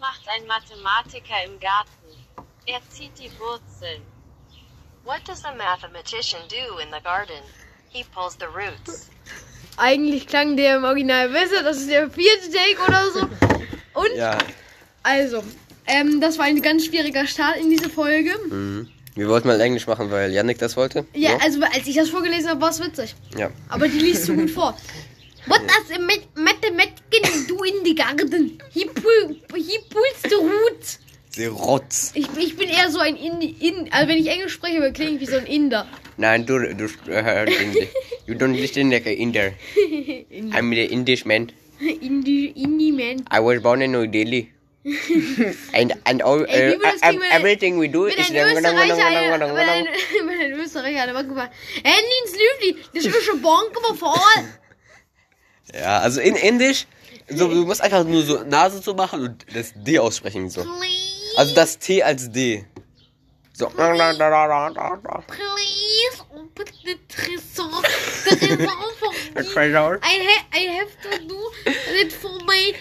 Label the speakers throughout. Speaker 1: macht ein Mathematiker im Garten? Er zieht die Wurzeln.
Speaker 2: What does the mathematician do in the garden? He pulls the roots.
Speaker 3: Eigentlich klang der im Original besser. Das ist der vierte Take oder so. Und
Speaker 4: Ja.
Speaker 3: also, ähm, das war ein ganz schwieriger Start in diese Folge.
Speaker 4: Mhm. Wir wollten mal Englisch machen, weil Yannick das wollte.
Speaker 3: Ja,
Speaker 4: ne?
Speaker 3: also als ich das vorgelesen habe, war es witzig.
Speaker 4: ja.
Speaker 3: Aber die liest so gut vor. What does a ma- mathematician do in the garden? He, pull, he pulls the root.
Speaker 4: Sie rotz.
Speaker 3: Ich, ich bin eher so ein Indi, in, also wenn ich Englisch spreche, aber klinge ich wie so ein Inder.
Speaker 4: Nein, du, du, äh, Indi- you don't listen like a Inder. I'm the Indish man.
Speaker 3: Indi, Indie Man.
Speaker 4: I was born in New Delhi. and and all, uh,
Speaker 3: Ey, wie würdest du
Speaker 4: ev-
Speaker 3: mir-
Speaker 4: everything we do
Speaker 3: Wenn
Speaker 4: is
Speaker 3: ein Österreicher eine, wenn ein,
Speaker 4: Nein,
Speaker 3: wenn ein Österreicher eine Bank gemacht Handy ins Lüfli, das ist schon Bank aber voll.
Speaker 4: Ja, also in Indisch, so, du musst einfach nur so Nase zu machen und das D aussprechen so.
Speaker 3: Please,
Speaker 4: Also das T als D. So.
Speaker 3: please, open the Tresor, Tresor for me. I, ha I have to do that for my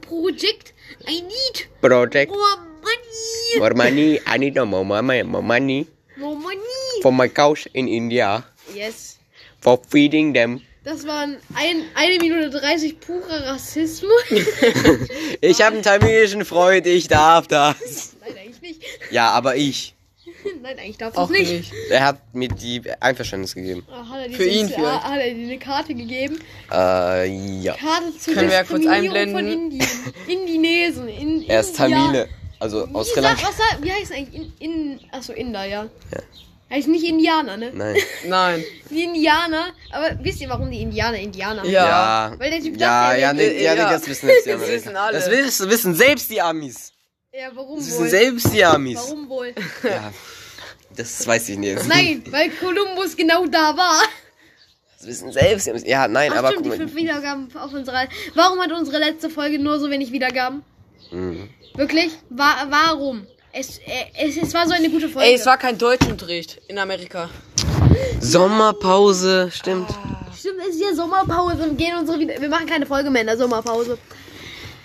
Speaker 3: pool project. I need
Speaker 4: Project
Speaker 3: more money.
Speaker 4: for money. I need more money, more money
Speaker 3: More money.
Speaker 4: for my cows in India
Speaker 3: Yes.
Speaker 4: for feeding them.
Speaker 3: Das waren ein, eine Minute 30 purer Rassismus.
Speaker 4: Ich habe einen tamilischen Freund, ich darf das.
Speaker 3: Nein, eigentlich nicht.
Speaker 4: Ja, aber ich.
Speaker 3: Nein, eigentlich darf
Speaker 5: Auch
Speaker 3: das nicht.
Speaker 5: nicht.
Speaker 4: Er hat mir die Einverständnis gegeben.
Speaker 3: Ah, Hat er die
Speaker 5: Für ihn
Speaker 3: sonst-
Speaker 5: vielleicht.
Speaker 3: ah, Hat er dir eine Karte gegeben?
Speaker 4: Äh, ja.
Speaker 3: Karte zur
Speaker 5: Können wir ja kurz
Speaker 3: Diskriminierung von
Speaker 5: einblenden.
Speaker 3: Indien. Indinesen. In,
Speaker 4: Er ist
Speaker 3: India.
Speaker 4: Tamile. Also
Speaker 3: Wie,
Speaker 4: aus Sri
Speaker 3: sagt,
Speaker 4: Lanka.
Speaker 3: was, sagt- wie heißt eigentlich? In, in, achso, Inder, ja. Heißt nicht Indianer, ne?
Speaker 4: Nein.
Speaker 5: Nein.
Speaker 3: Die Indianer. Aber wisst ihr, warum die Indianer Indianer
Speaker 5: Ja.
Speaker 3: Weil der Typ
Speaker 4: ja,
Speaker 3: dachte, er
Speaker 4: ja,
Speaker 3: wäre-
Speaker 4: nee, ja, nee,
Speaker 5: Ja.
Speaker 4: das wissen jetzt die
Speaker 5: Das wissen
Speaker 4: Amerikaner.
Speaker 5: alle.
Speaker 4: Das wissen, wissen selbst die Amis.
Speaker 3: Ja, warum
Speaker 4: Das wissen
Speaker 3: wohl?
Speaker 4: selbst die Amis.
Speaker 3: Warum wohl?
Speaker 4: Ja. Das weiß ich nicht.
Speaker 3: Nein, weil Kolumbus genau da war.
Speaker 4: Das wissen selbst die Amis. Ja, nein,
Speaker 3: Ach,
Speaker 4: aber
Speaker 3: stimmt, die
Speaker 4: guck
Speaker 3: fünf
Speaker 4: mal.
Speaker 3: Wiedergaben auf unserer. Warum hat unsere letzte Folge nur so wenig Wiedergaben?
Speaker 4: Mhm.
Speaker 3: Wirklich? Wa warum? Es, äh, es, es war so eine gute Folge.
Speaker 5: Ey, es war kein Deutschunterricht in Amerika.
Speaker 4: Sommerpause, stimmt.
Speaker 3: Ah. Stimmt, es ist ja Sommerpause und gehen unsere wieder. Wir machen keine Folge mehr in der Sommerpause.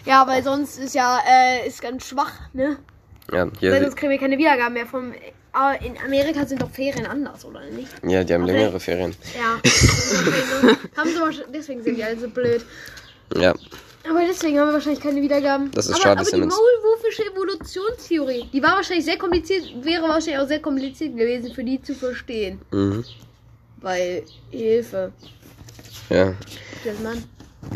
Speaker 3: Ja, weil sonst ist ja äh, ist ganz schwach, ne?
Speaker 4: Ja,
Speaker 3: Weil
Speaker 4: hier,
Speaker 3: sonst kriegen wir keine Wiedergaben mehr vom. Aber in Amerika sind doch Ferien anders, oder nicht?
Speaker 4: ja, die haben längere Ferien.
Speaker 3: Ja. Deswegen haben sie wahrscheinlich- deswegen sind die alle so blöd.
Speaker 4: Ja.
Speaker 3: Aber deswegen haben wir wahrscheinlich keine Wiedergaben.
Speaker 4: Das ist
Speaker 3: aber,
Speaker 4: schade,
Speaker 3: Aber die
Speaker 4: Simmons.
Speaker 3: maulwurfische Evolutionstheorie, die war wahrscheinlich sehr kompliziert, wäre wahrscheinlich auch sehr kompliziert gewesen für die zu verstehen.
Speaker 4: Mhm.
Speaker 3: Weil Hilfe.
Speaker 4: Ja.
Speaker 3: Das Mann.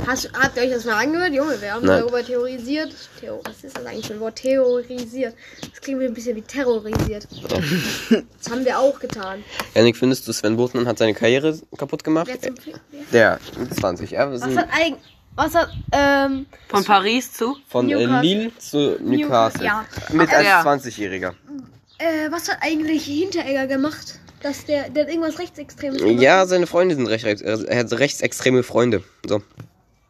Speaker 3: Hast, habt ihr euch das mal angehört? Junge, wir haben
Speaker 4: Nein.
Speaker 3: darüber theorisiert. Theo, was ist das eigentlich für ein Wort? Theorisiert. Das klingt mir ein bisschen wie terrorisiert. Das haben wir auch getan.
Speaker 4: Janik, findest du, Sven Botman hat seine Karriere kaputt gemacht?
Speaker 3: Wer zum Fick- wer-
Speaker 4: Der, 20. Ja, wir
Speaker 3: Was
Speaker 4: sind
Speaker 3: hat eigentlich. Was hat. Ähm,
Speaker 5: Von Paris zu?
Speaker 4: von äh,
Speaker 3: Newcastle.
Speaker 4: Lille zu Newcastle.
Speaker 3: Ja.
Speaker 4: Mit
Speaker 5: Ach,
Speaker 4: als
Speaker 5: ja.
Speaker 4: 20-Jähriger.
Speaker 3: äh, was hat eigentlich Hinteregger gemacht? Dass der, der hat irgendwas Rechtsextremes gemacht.
Speaker 4: Ja, seine Freunde sind recht, recht, er hat rechtsextreme Freunde. So,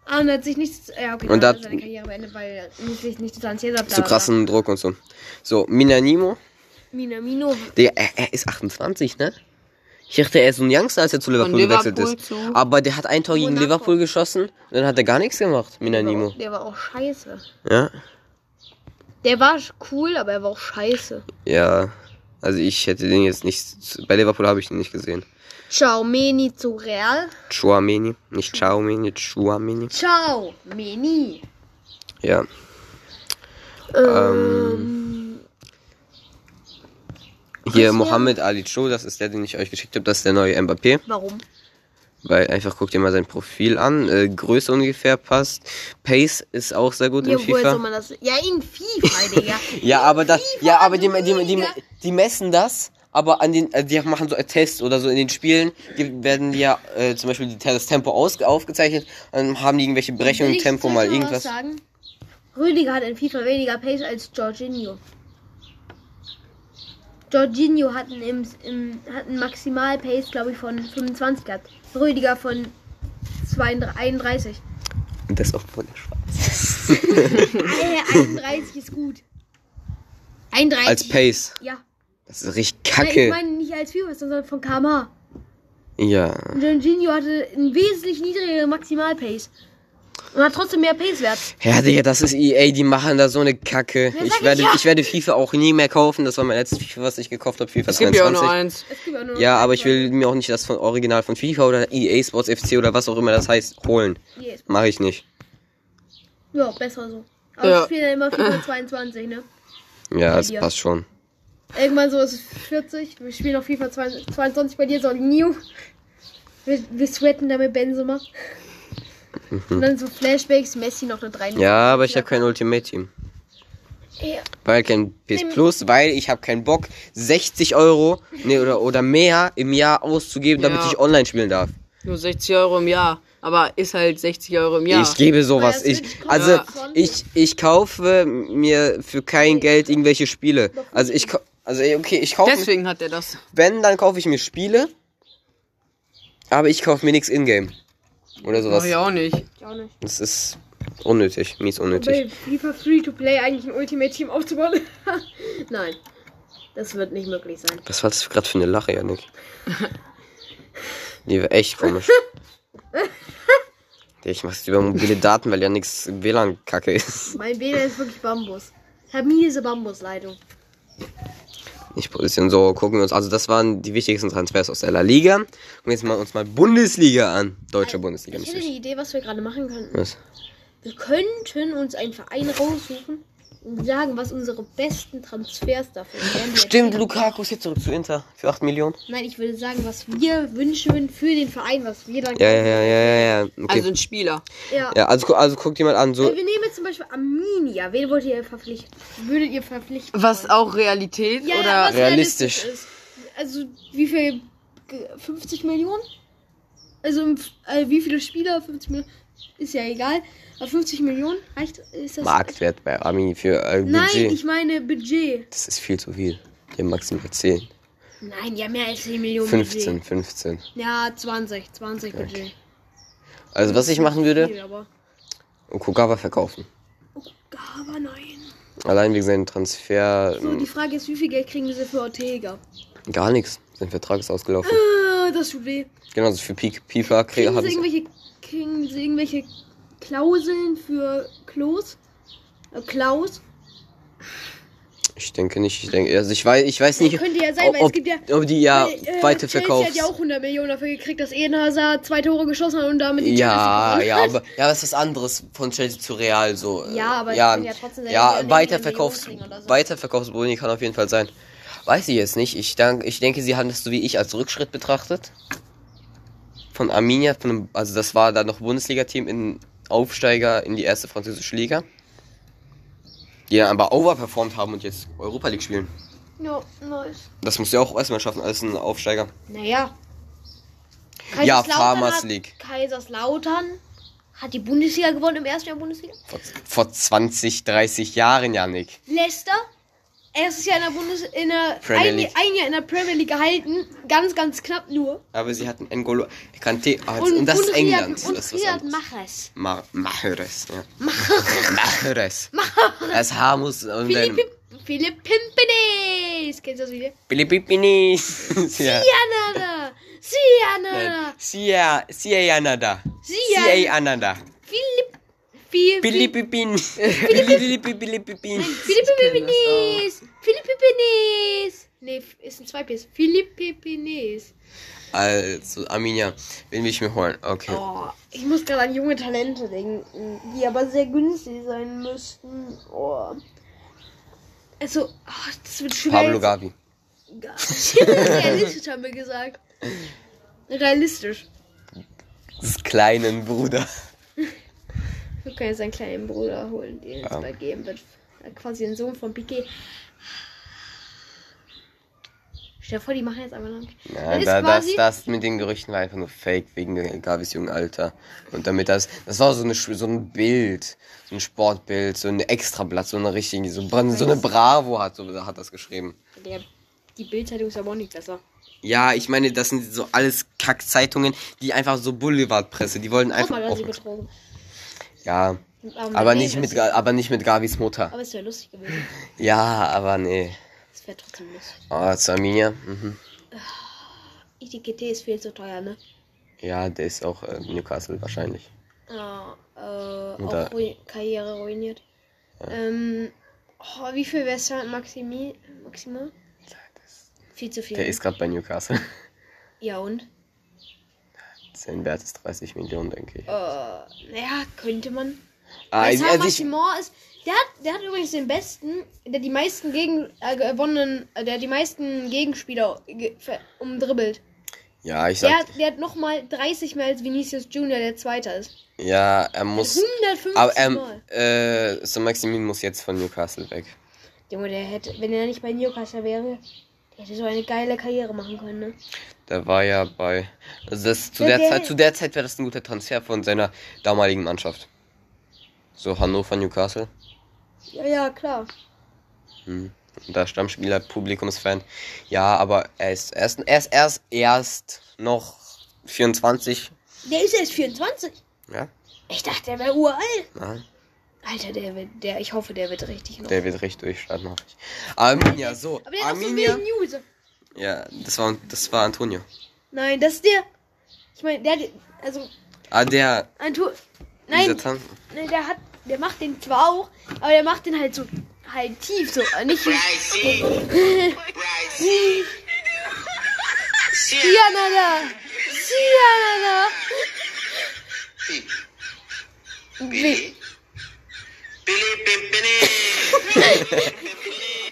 Speaker 3: Ah, und hat sich nichts. Ja, okay,
Speaker 4: Und
Speaker 3: dann hat
Speaker 4: da-
Speaker 3: er seine Karriere beendet, weil er sich nicht distanziert hat.
Speaker 4: zu krassen Druck und so. So, Minanimo,
Speaker 3: Minamino.
Speaker 4: der, er, er ist 28, ne? Ich dachte, er ist so ein Youngster, als er zu Liverpool, gewechselt
Speaker 5: Liverpool
Speaker 4: ist.
Speaker 5: zu-
Speaker 4: Aber der hat ein Tor gegen
Speaker 3: Monaco.
Speaker 4: Liverpool geschossen, dann hat er gar nichts gemacht, Minanimo.
Speaker 3: Der war auch scheiße.
Speaker 4: Ja?
Speaker 3: Der war cool, aber er war auch scheiße.
Speaker 4: Ja. Also ich hätte den jetzt nicht, bei Liverpool habe ich ihn nicht gesehen.
Speaker 3: Ciao, Meni zu Real.
Speaker 4: Chouameni, nicht Chouameni, Chouameni.
Speaker 3: Ciao, Meni.
Speaker 4: Ja.
Speaker 3: Ähm,
Speaker 4: Hier
Speaker 3: Christian?
Speaker 4: Mohamed Ali Cho, das ist der, den ich euch geschickt habe, das ist der neue Mbappé.
Speaker 3: warum?
Speaker 4: Weil einfach guckt ihr mal sein Profil an. Äh, Größe ungefähr passt. Pace ist auch sehr gut
Speaker 3: Ja,
Speaker 4: in
Speaker 3: woher soll
Speaker 4: FIFA.
Speaker 3: man das? Ja, in FIFA, Digga.
Speaker 4: Ja, aber das,
Speaker 3: FIFA
Speaker 4: ja, aber die,
Speaker 3: eine
Speaker 4: die, die,
Speaker 3: Liga.
Speaker 4: die messen das, aber an den, also die machen so Tests oder so in den Spielen, die werden ja äh, zum Beispiel die- das Tempo aus, aufgezeichnet, dann haben die irgendwelche
Speaker 3: Will
Speaker 4: Berechnungen,
Speaker 3: ich
Speaker 4: Tempo
Speaker 3: soll ich
Speaker 4: mal
Speaker 3: noch was
Speaker 4: irgendwas.
Speaker 3: Sagen? Rüdiger hat in FIFA weniger Pace als Jorginho. Jorginho hat einen, im, im, hat einen Maximal-Pace, glaube ich, von 25 gehabt. Rüdiger von 32, 31.
Speaker 4: Und das auch voll schwarz.
Speaker 3: Äh, 31 ist gut. 31.
Speaker 4: Als Pace.
Speaker 3: Ja.
Speaker 4: Das ist richtig
Speaker 3: Nein, ich
Speaker 4: kacke.
Speaker 3: meine nicht als FIFA, sondern von KMH.
Speaker 4: ja.
Speaker 3: Jorginho hatte einen wesentlich niedrigeren Maximalpace. und hat trotzdem mehr Ps wert.
Speaker 4: Ja, Digga, das ist EA, die machen da so eine Kacke.
Speaker 3: Ja, sag
Speaker 4: Ich
Speaker 3: ich
Speaker 4: werde,
Speaker 3: ja.
Speaker 4: ich werde FIFA auch nie mehr kaufen. Das war mein letztes FIFA, was ich gekauft habe, FIFA
Speaker 5: Es gibt ja auch
Speaker 4: 22.
Speaker 5: nur eins.
Speaker 3: Es gibt auch nur noch
Speaker 4: Ja, aber ich will mir auch nicht das von Original von FIFA oder EA Sports FC oder was auch immer das heißt holen.
Speaker 3: Yes.
Speaker 4: Mache ich nicht.
Speaker 3: Ja, besser so. Aber
Speaker 5: Ja.
Speaker 3: ich spiele ja immer FIFA 22, ne?
Speaker 4: Ja, das
Speaker 3: dir.
Speaker 4: passt schon.
Speaker 3: Irgendwann so ist es 40. Wir spielen noch FIFA 22 bei dir, so new. Wir, wir sweaten damit Benzema. Und dann so Flashbacks, Messi noch eine 3
Speaker 4: Mhm. Ja, aber ich habe kein Ultimate Team.
Speaker 3: Ja.
Speaker 4: Weil kein PS Plus, weil ich habe keinen Bock, 60 Euro nee, oder, oder mehr im Jahr auszugeben, damit
Speaker 5: Ja.
Speaker 4: ich online spielen darf.
Speaker 5: Nur 60 Euro im Jahr. Aber ist halt 60 Euro im Jahr.
Speaker 4: Ich gebe sowas.
Speaker 3: Ja,
Speaker 4: Ich,
Speaker 3: Switch kommt
Speaker 4: also,
Speaker 3: ja.
Speaker 4: ich, ich kaufe mir für kein Geld irgendwelche Spiele. Also, ich, kau- also ey, okay, ich kaufe, mir-
Speaker 5: Deswegen hat er das.
Speaker 4: wenn, dann kaufe ich mir Spiele. Aber ich kaufe mir nichts in-game. Oder sowas.
Speaker 5: Mach ich auch nicht.
Speaker 3: Ich auch nicht.
Speaker 4: Das ist unnötig, mies unnötig.
Speaker 3: Bei FIFA Free to Play eigentlich ein Ultimate Team aufzubauen. Nein. Das wird nicht möglich sein.
Speaker 4: Was war das gerade für eine Lache, Janik? Die war echt komisch. Ich mach's über mobile Daten, weil ja nichts WLAN-Kacke ist.
Speaker 3: Mein WLAN ist wirklich Bambus. Ich habe nie diese Bambusleitung.
Speaker 4: Ich bisschen so gucken wir uns. Also das waren die wichtigsten Transfers aus der La Liga. Gucken wir jetzt mal uns mal Bundesliga an. Deutsche Bundesliga
Speaker 3: Äh, Ich
Speaker 4: nicht
Speaker 3: hätte
Speaker 4: wichtig.
Speaker 3: eine Idee, was wir gerade machen könnten.
Speaker 4: Was?
Speaker 3: Wir könnten uns einen Verein raussuchen und sagen, was unsere besten Transfers dafür wären. die
Speaker 4: Stimmt,
Speaker 3: jetzt-
Speaker 4: Lukaku ist jetzt zurück zu Inter für 8 Millionen.
Speaker 3: Nein, ich würde sagen, was wir wünschen für den Verein, was wir dann.
Speaker 4: Ja, ja, ja, ja, ja, ja. Okay.
Speaker 5: Also ein Spieler.
Speaker 3: ja.
Speaker 4: ja, also, gu- also guckt jemand an. So,
Speaker 3: Weil Wir nehmen jetzt zum Beispiel Arminia. Wen wollt ihr verpflichten? Würdet ihr verpflichten?
Speaker 5: Was auch Realität
Speaker 3: Ja, ja,
Speaker 5: oder.
Speaker 3: was
Speaker 4: Realistisch.
Speaker 3: realistisch. ist. Also, wie viel? G- 50 Millionen? Also, im F- äh, wie viele Spieler? 50 Millionen? Ist ja egal. Aber 50 Millionen? Reicht? Ist das?
Speaker 4: Marktwert bei Armin für äh, Budget.
Speaker 3: Nein, ich meine Budget.
Speaker 4: das ist viel zu viel. Die haben maximal 10.
Speaker 3: Nein, ja, mehr als 10 Millionen
Speaker 4: 15,
Speaker 3: Budget.
Speaker 4: 15.
Speaker 3: Ja, 20. 20 Budget.
Speaker 4: Also was ich machen würde,
Speaker 3: Viel, aber.
Speaker 4: Okugawa verkaufen.
Speaker 3: Aber nein.
Speaker 4: Allein wegen seinem Transfer
Speaker 3: So, die
Speaker 4: ähm,
Speaker 3: Frage ist, wie viel Geld kriegen sie für Ortega?
Speaker 4: gar nichts. Sein Vertrag ist ausgelaufen.
Speaker 3: Äh, das tut weh.
Speaker 4: Genauso für Pi- FIFA krieg-
Speaker 3: Kriegen
Speaker 4: hat
Speaker 3: sie,
Speaker 4: es
Speaker 3: irgendwelche, kriegen sie irgendwelche Klauseln für Klos? Äh, Klaus?
Speaker 4: Ich denke nicht. Ich denke, also ich weiß, ich weiß nicht,
Speaker 3: Könnte ja sein, weil es
Speaker 4: ob,
Speaker 3: gibt ja-
Speaker 4: ob die ja weiter
Speaker 3: äh, Chelsea
Speaker 4: verkauft.
Speaker 3: hat ja auch 100 Millionen dafür gekriegt, dass Eden Hazard zwei Tore geschossen hat und damit die
Speaker 4: Ja,
Speaker 3: Champions
Speaker 4: ja,
Speaker 3: League gewonnen
Speaker 4: aber ja, das ist was anderes von Chelsea zu Real so. äh,
Speaker 3: Ja, aber es
Speaker 4: ja,
Speaker 3: können ja trotzdem sein, dass
Speaker 4: ja,
Speaker 3: die auch
Speaker 4: weiterverkaufs
Speaker 3: eine Million kriegen oder so.
Speaker 4: weiterverkaufsboni kann auf jeden Fall sein. Weiß ich jetzt nicht. Ich denk, ich denke, sie haben das so wie ich als Rückschritt betrachtet. Von Arminia, von einem, also das war dann noch Bundesliga-Team in Aufsteiger in die erste französische Liga. Die dann aber overperformed haben und jetzt Europa League spielen.
Speaker 3: hat. Ja, nice.
Speaker 4: Das musst du ja auch erstmal schaffen als ein Aufsteiger.
Speaker 3: Naja.
Speaker 4: Ja,
Speaker 3: Kaiserslautern
Speaker 4: Farmers
Speaker 3: hat-
Speaker 4: League.
Speaker 3: Kaiserslautern hat die Bundesliga gewonnen im ersten Jahr Bundesliga.
Speaker 4: Vor, vor 20, 30 Jahren, Janik.
Speaker 3: Leicester, erstes Jahr in der Bundes in der
Speaker 4: Premier
Speaker 3: ein,
Speaker 4: League.
Speaker 3: ein Jahr in der Premier League gehalten, ganz ganz knapp nur.
Speaker 4: Aber sie hatten N'Golo Kante. Ah, und, das ist
Speaker 3: Riyad-
Speaker 4: England.
Speaker 3: Und
Speaker 4: das ist was
Speaker 3: Riyad Mahrez.
Speaker 4: anderes. Ma Mahrez, ja. Mahrez. Das H muss. Und dann.
Speaker 3: Philipp, Philipp Pimpenes. Kennst du das Video?
Speaker 4: Philippini. Sia.
Speaker 3: Sianada. Sianada.
Speaker 4: Sia. Sia Yanada.
Speaker 3: Sia-
Speaker 4: Sia Yanada.
Speaker 3: Philipp. Philipp.
Speaker 4: Philippin. Philippi- Philippin.
Speaker 3: Philipp
Speaker 5: kenne das
Speaker 3: Pimpenes. Philipp Pimpenes. Nee, ist ein 2Ps. Philipp Pimpenes.
Speaker 4: Also, Arminia. Wen will ich mir holen? Okay.
Speaker 3: Oh, ich muss gerade an junge Talente denken, die aber sehr günstig sein müssten. Oh. Also, ah, das wird schwer.
Speaker 4: Pablo
Speaker 3: jetzt-
Speaker 4: Gavi.
Speaker 3: Gar nicht. Realistisch haben wir gesagt. Realistisch.
Speaker 4: Des kleinen Bruder.
Speaker 3: Wir können jetzt seinen kleinen Bruder holen, den es
Speaker 4: Ja.
Speaker 3: bald geben wird. Äh, Quasi den Sohn von Piquet. Stell dir vor, die machen jetzt einfach lang.
Speaker 4: Ja, da, das, das mit den Gerüchten war einfach nur fake wegen Gavis jungen Alter. Und damit das, das war so, eine, Sch- so ein Bild, so ein Sportbild, so ein Extrablatt, so eine richtige, so, so eine Bravo hat, so hat das geschrieben.
Speaker 3: Der, die Bildzeitung ist aber auch nicht besser.
Speaker 4: Ja, ich meine, das sind so alles Kackzeitungen, die einfach so Boulevardpresse, die wollen
Speaker 3: Guck
Speaker 4: einfach.
Speaker 3: mal, da hat sie
Speaker 4: Aufmerksamkeit.
Speaker 3: betrogen.
Speaker 4: ja,
Speaker 3: Ähm,
Speaker 4: aber nicht mit, Ga- aber nicht mit Gavis Mutter.
Speaker 3: Aber es wäre lustig gewesen.
Speaker 4: Ja, aber nee.
Speaker 3: Es wäre trotzdem lustig.
Speaker 4: Oh, zu Arminia. Mhm.
Speaker 3: ITGT ist viel zu teuer, ne?
Speaker 4: Ja, der ist auch äh, Newcastle wahrscheinlich.
Speaker 6: Ja, äh,
Speaker 4: Oder-
Speaker 6: auch Ru Karriere ruiniert. Ähm, oh, wie viel besser hat Maximi Maxima? Viel zu viel.
Speaker 4: Der ist gerade bei Newcastle.
Speaker 6: ja und?
Speaker 4: Sein Wert ist 30 Millionen, denke ich.
Speaker 6: Äh, naja, könnte man.
Speaker 4: Ah,
Speaker 6: Besser
Speaker 4: also ich,
Speaker 6: Maximor ist. Der hat, der hat übrigens den besten, der die meisten gegen äh, gewonnenen, äh, der die meisten Gegenspieler ge ver- umdribbelt.
Speaker 4: ja, ich
Speaker 6: Der
Speaker 4: sag,
Speaker 6: hat, der hat nochmal 30 mehr als Vinicius Junior, der Zweiter ist.
Speaker 4: ja, er muss,
Speaker 6: 150
Speaker 4: aber ähm,
Speaker 6: Mal.
Speaker 4: äh, so Maximin muss jetzt von Newcastle weg.
Speaker 6: Junge, der hätte, wenn er nicht bei Newcastle wäre, der hätte so eine geile Karriere machen können, ne?
Speaker 4: Der war ja bei, also das zu
Speaker 6: Ja,
Speaker 4: der
Speaker 6: der-
Speaker 4: Zeit, zu der Zeit wäre das ein guter Transfer von seiner damaligen Mannschaft. So Hannover, Newcastle.
Speaker 6: Ja, ja, klar.
Speaker 4: Hm. Da Stammspieler, Publikumsfan. Ja, aber er ist erst, er ist erst, erst noch 24.
Speaker 6: Der ist erst 24.
Speaker 4: Ja,
Speaker 6: Ich dachte, der wäre uralt.
Speaker 4: nein.
Speaker 6: Alter, der wird, der, ich hoffe, der wird richtig noch.
Speaker 4: Der wird richtig durchstarten, hoffe ich. Arminia, so.
Speaker 6: Aber der hat auch so
Speaker 4: Arminia.
Speaker 6: wilden News.
Speaker 4: Ja, das war, das war Antonio.
Speaker 6: Nein, das ist der. Ich meine, der, hat- also,
Speaker 4: Ah, der.
Speaker 6: ein Tor.
Speaker 4: dieser
Speaker 6: Nein,
Speaker 4: Tan-
Speaker 6: nein, Ne, der hat, der macht den zwar auch, aber der macht den halt so, halt tief, so, äh, nicht. Sianada! Sianada!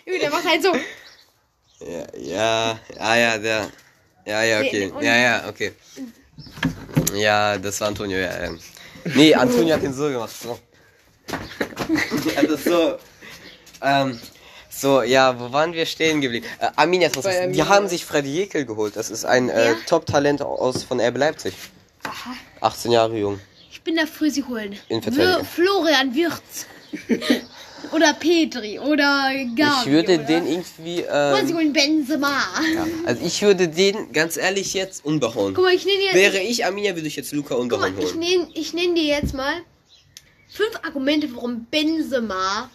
Speaker 6: Junge, der macht halt so.
Speaker 4: Ja, ja. Ah, ja, der. Ja, ja, okay.
Speaker 6: und-
Speaker 4: Ja, ja, okay. Ja, das war Antonio, ja, ja. Nee, Antonio hat den so gemacht. So. er hat das so. Ähm. So, ja, wo waren wir stehen geblieben? Äh, Arminia Transfers.
Speaker 5: Bei
Speaker 4: Die
Speaker 5: Arminia.
Speaker 4: haben sich Freddy Jekel geholt. Das ist ein äh, Top-Talent aus von RB Leipzig. 18 Jahre jung.
Speaker 3: Ich bin dafür, sie holen.
Speaker 4: Innenverteidiger.
Speaker 3: Wir- Florian Wirtz. oder Petri. Oder Gabi.
Speaker 4: Ich würde
Speaker 3: oder
Speaker 4: den irgendwie.
Speaker 3: Oder sie
Speaker 4: Ähm,
Speaker 3: holen Benzema.
Speaker 4: also ich würde den ganz ehrlich jetzt unbehauen.
Speaker 3: Guck mal, ich nenne dir,
Speaker 4: Wäre ich Arminia, würde ich jetzt Luca
Speaker 3: guck mal,
Speaker 4: unbehauen
Speaker 3: ich
Speaker 4: holen.
Speaker 3: nenn, ich nenn dir jetzt mal fünf Argumente, warum Benzema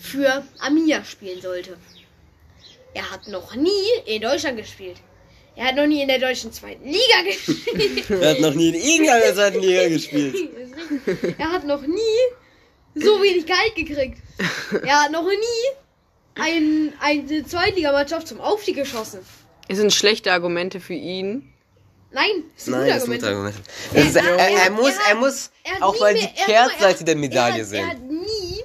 Speaker 3: für Arminia spielen sollte. Er hat noch nie in Deutschland gespielt. Er hat noch nie in der deutschen zweiten Liga gespielt.
Speaker 4: Er hat noch nie in irgendeiner zweiten Liga gespielt.
Speaker 3: Er hat noch nie so wenig Geld gekriegt. Er hat noch nie ein, eine Zweitligamannschaft zum Aufstieg geschossen.
Speaker 5: Es sind schlechte Argumente für ihn.
Speaker 3: Nein, das ist ein
Speaker 4: Nein,
Speaker 3: guter
Speaker 4: das ist ein
Speaker 3: Argument.
Speaker 4: guter Argument. Das ist, er, er, er muss, er muss
Speaker 3: Er hat
Speaker 4: auch
Speaker 3: nie
Speaker 4: mal
Speaker 3: mehr-
Speaker 4: die
Speaker 3: er- guck mal, er hat-
Speaker 4: Kehrtseite der
Speaker 3: er
Speaker 4: Medaille
Speaker 3: hat, Er hat
Speaker 4: sehen.
Speaker 3: nie,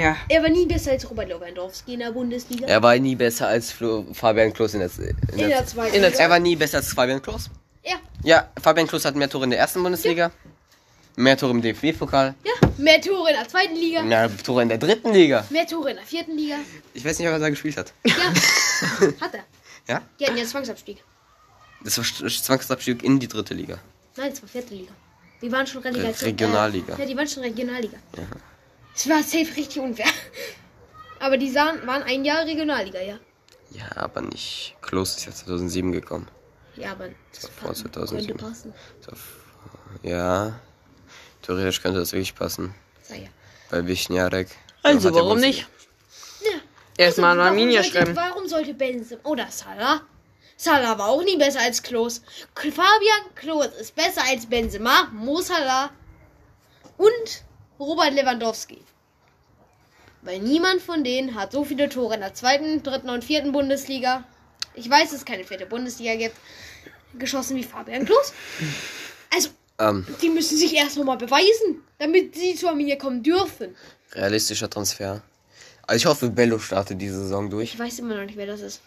Speaker 5: Ja.
Speaker 3: er war nie besser als Robert Lewandowski in der Bundesliga.
Speaker 4: Er war nie besser als Flo, Fabian Klos in der, in
Speaker 3: in der
Speaker 4: der
Speaker 3: zweiten
Speaker 5: in der
Speaker 4: Er war nie besser als Fabian Klos.
Speaker 3: Ja.
Speaker 4: Ja, Fabian Klos hat mehr Tore in der ersten Bundesliga. Mehr Tore im DFB-Pokal.
Speaker 3: Ja, mehr Tore in der zweiten Liga,
Speaker 4: Mehr Tore in der dritten Liga.
Speaker 3: mehr Tore in der vierten Liga.
Speaker 4: Ich weiß nicht, ob er da gespielt hat.
Speaker 3: Ja, hat er.
Speaker 4: Ja?
Speaker 3: Die hatten ja Zwangsabstieg.
Speaker 4: Das war Sch- Zwangsabstieg in die dritte Liga.
Speaker 3: Nein, es war vierte Liga. Die waren schon Relegation.
Speaker 4: Äh, Regionalliga.
Speaker 3: Äh, ja, die waren schon Regionalliga. Es war safe richtig unfair. Aber die sahen, waren ein Jahr Regionalliga, ja.
Speaker 4: Ja, aber nicht. Klos ist ja 2007 gekommen.
Speaker 3: Ja, aber das
Speaker 4: Vor
Speaker 3: pa-
Speaker 4: 2007.
Speaker 3: könnte passen.
Speaker 4: Ja, theoretisch könnte das wirklich passen.
Speaker 3: Sei ja.
Speaker 4: Bei Wichniarek.
Speaker 5: Also,
Speaker 4: Hat er
Speaker 5: warum
Speaker 4: Bundesliga-
Speaker 5: nicht? Erstmal an Arminia
Speaker 3: Also, sollte,
Speaker 5: schreiben.
Speaker 3: Warum sollte Benzema oder Salah? Salah war auch nie besser als Klos. K- Fabian Klos ist besser als Benzema, Mo Salah und Robert Lewandowski. Weil niemand von denen hat so viele Tore in der zweiten, dritten und vierten Bundesliga. Ich weiß, dass es keine vierte Bundesliga gibt. Geschossen wie Fabian Klos. Also,
Speaker 4: Ähm,
Speaker 3: die müssen sich erst nochmal beweisen, damit sie zu Arminia kommen dürfen.
Speaker 4: realistischer Transfer. Also ich hoffe, Bello startet die Saison durch.
Speaker 3: Ich weiß immer noch nicht, wer das ist.